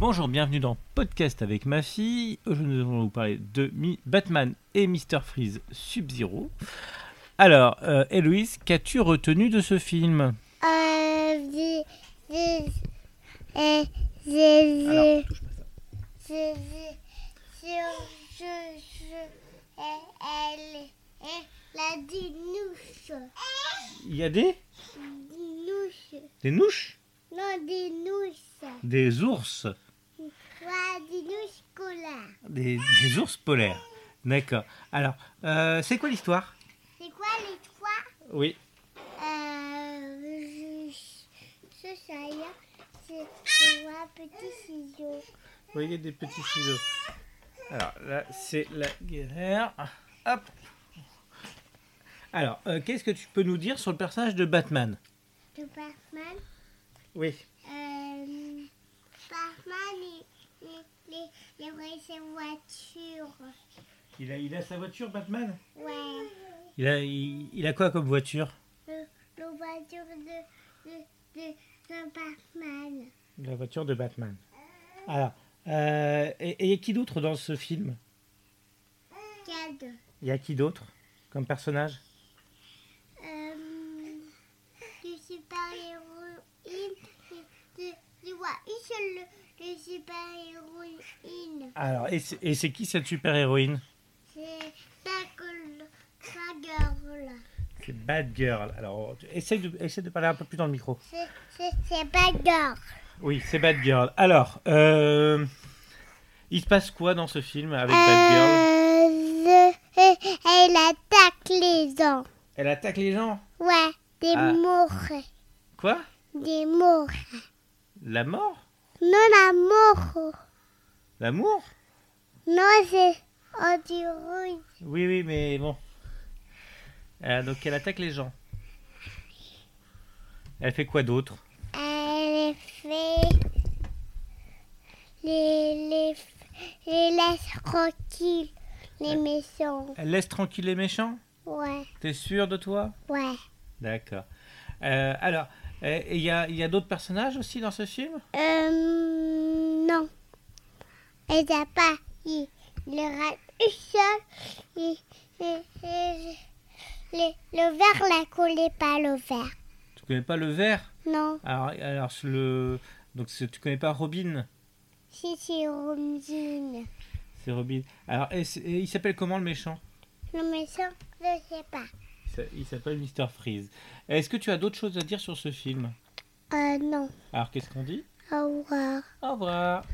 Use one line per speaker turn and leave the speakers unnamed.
Bonjour, bienvenue dans Podcast avec ma fille. Aujourd'hui, nous allons vous parler de Mi- Batman et Mr. Freeze Sub-Zero. Alors, euh, Héloïse, qu'as-tu retenu de ce film
Euh, j'ai- j'ai- euh, j'ai- j'ai- j'ai- j'ai- sur- je- je- et elle- et la dinouche.
Il y a des,
Dinouche.
des nouches,
Non, dinouche.
des ours,
La dinouche colère.
des, des ours polaires. D'accord. Alors, euh, c'est quoi l'histoire
C'est quoi les trois
Oui.
Euh, je- Ce saillant, c'est trois petits ciseaux.
Oui, il y a des petits ciseaux. Alors là, c'est la guerre. Hop. Alors, euh, qu'est-ce que tu peux nous dire sur le personnage de Batman
Le Batman,
Oui.
Euh, Batman, il, il, il, il voit ses voitures.
Il a, il a sa voiture, Batman
Ouais.
il a, il, il a quoi comme voiture
Le, le voiture de, de, de, de Batman.
La voiture de Batman. Alors, euh, et, et il y a qui d'autre dans ce film
Cadre.
Il y a qui d'autre comme personnage
Euh, du super-héroïne. Du, du, du, ouais, une seule le super-héroïne.
Alors, et c'est et c'est qui cette super-héroïne
C'est ta girl. Ta girl.
C'est Batgirl. Alors, tu- essaye de, essaye de parler un peu plus dans le micro.
C'est- C'est c'est pas girl.
Oui, c'est Batgirl. Alors, euh, il se passe quoi dans ce film avec Batgirl
Euh, le- elle attaque les gens.
Elle attaque les gens
Ouais, des
Ah.
morts.
Quoi
Des morts.
La mort
Non, la mort.
L'amour
Non, c'est oh, du rouille.
Oui, oui, mais bon. Euh, donc, elle attaque les gens. Elle fait quoi d'autre
Elle fait. Les, les, les laisse tranquilles, les méchants.
Elle laisse tranquille les méchants
Ouais,
T'es sûr de toi
ouais.
D'accord. Euh, alors, euh, il y a, il y a d'autres personnages aussi dans ce film
Euh. Non. Elle n'a pas. Il, il rate une seule. Il- il- il- le- le verre la collait pas, le verre.
Tu connais pas le vert
Non,
Alors, alors c'est le... Donc, c'est- tu connais pas Robin
si c'est Romzine.
C'est Robin. Alors, et c'est- et il s'appelle comment le méchant
Non, mais ça, je sais pas.
Il s'a- Il s'appelle Mr. Freeze. Est-ce que tu as d'autres choses à dire sur ce film
Euh, non.
Alors, qu'est-ce qu'on dit
Au revoir.
Au revoir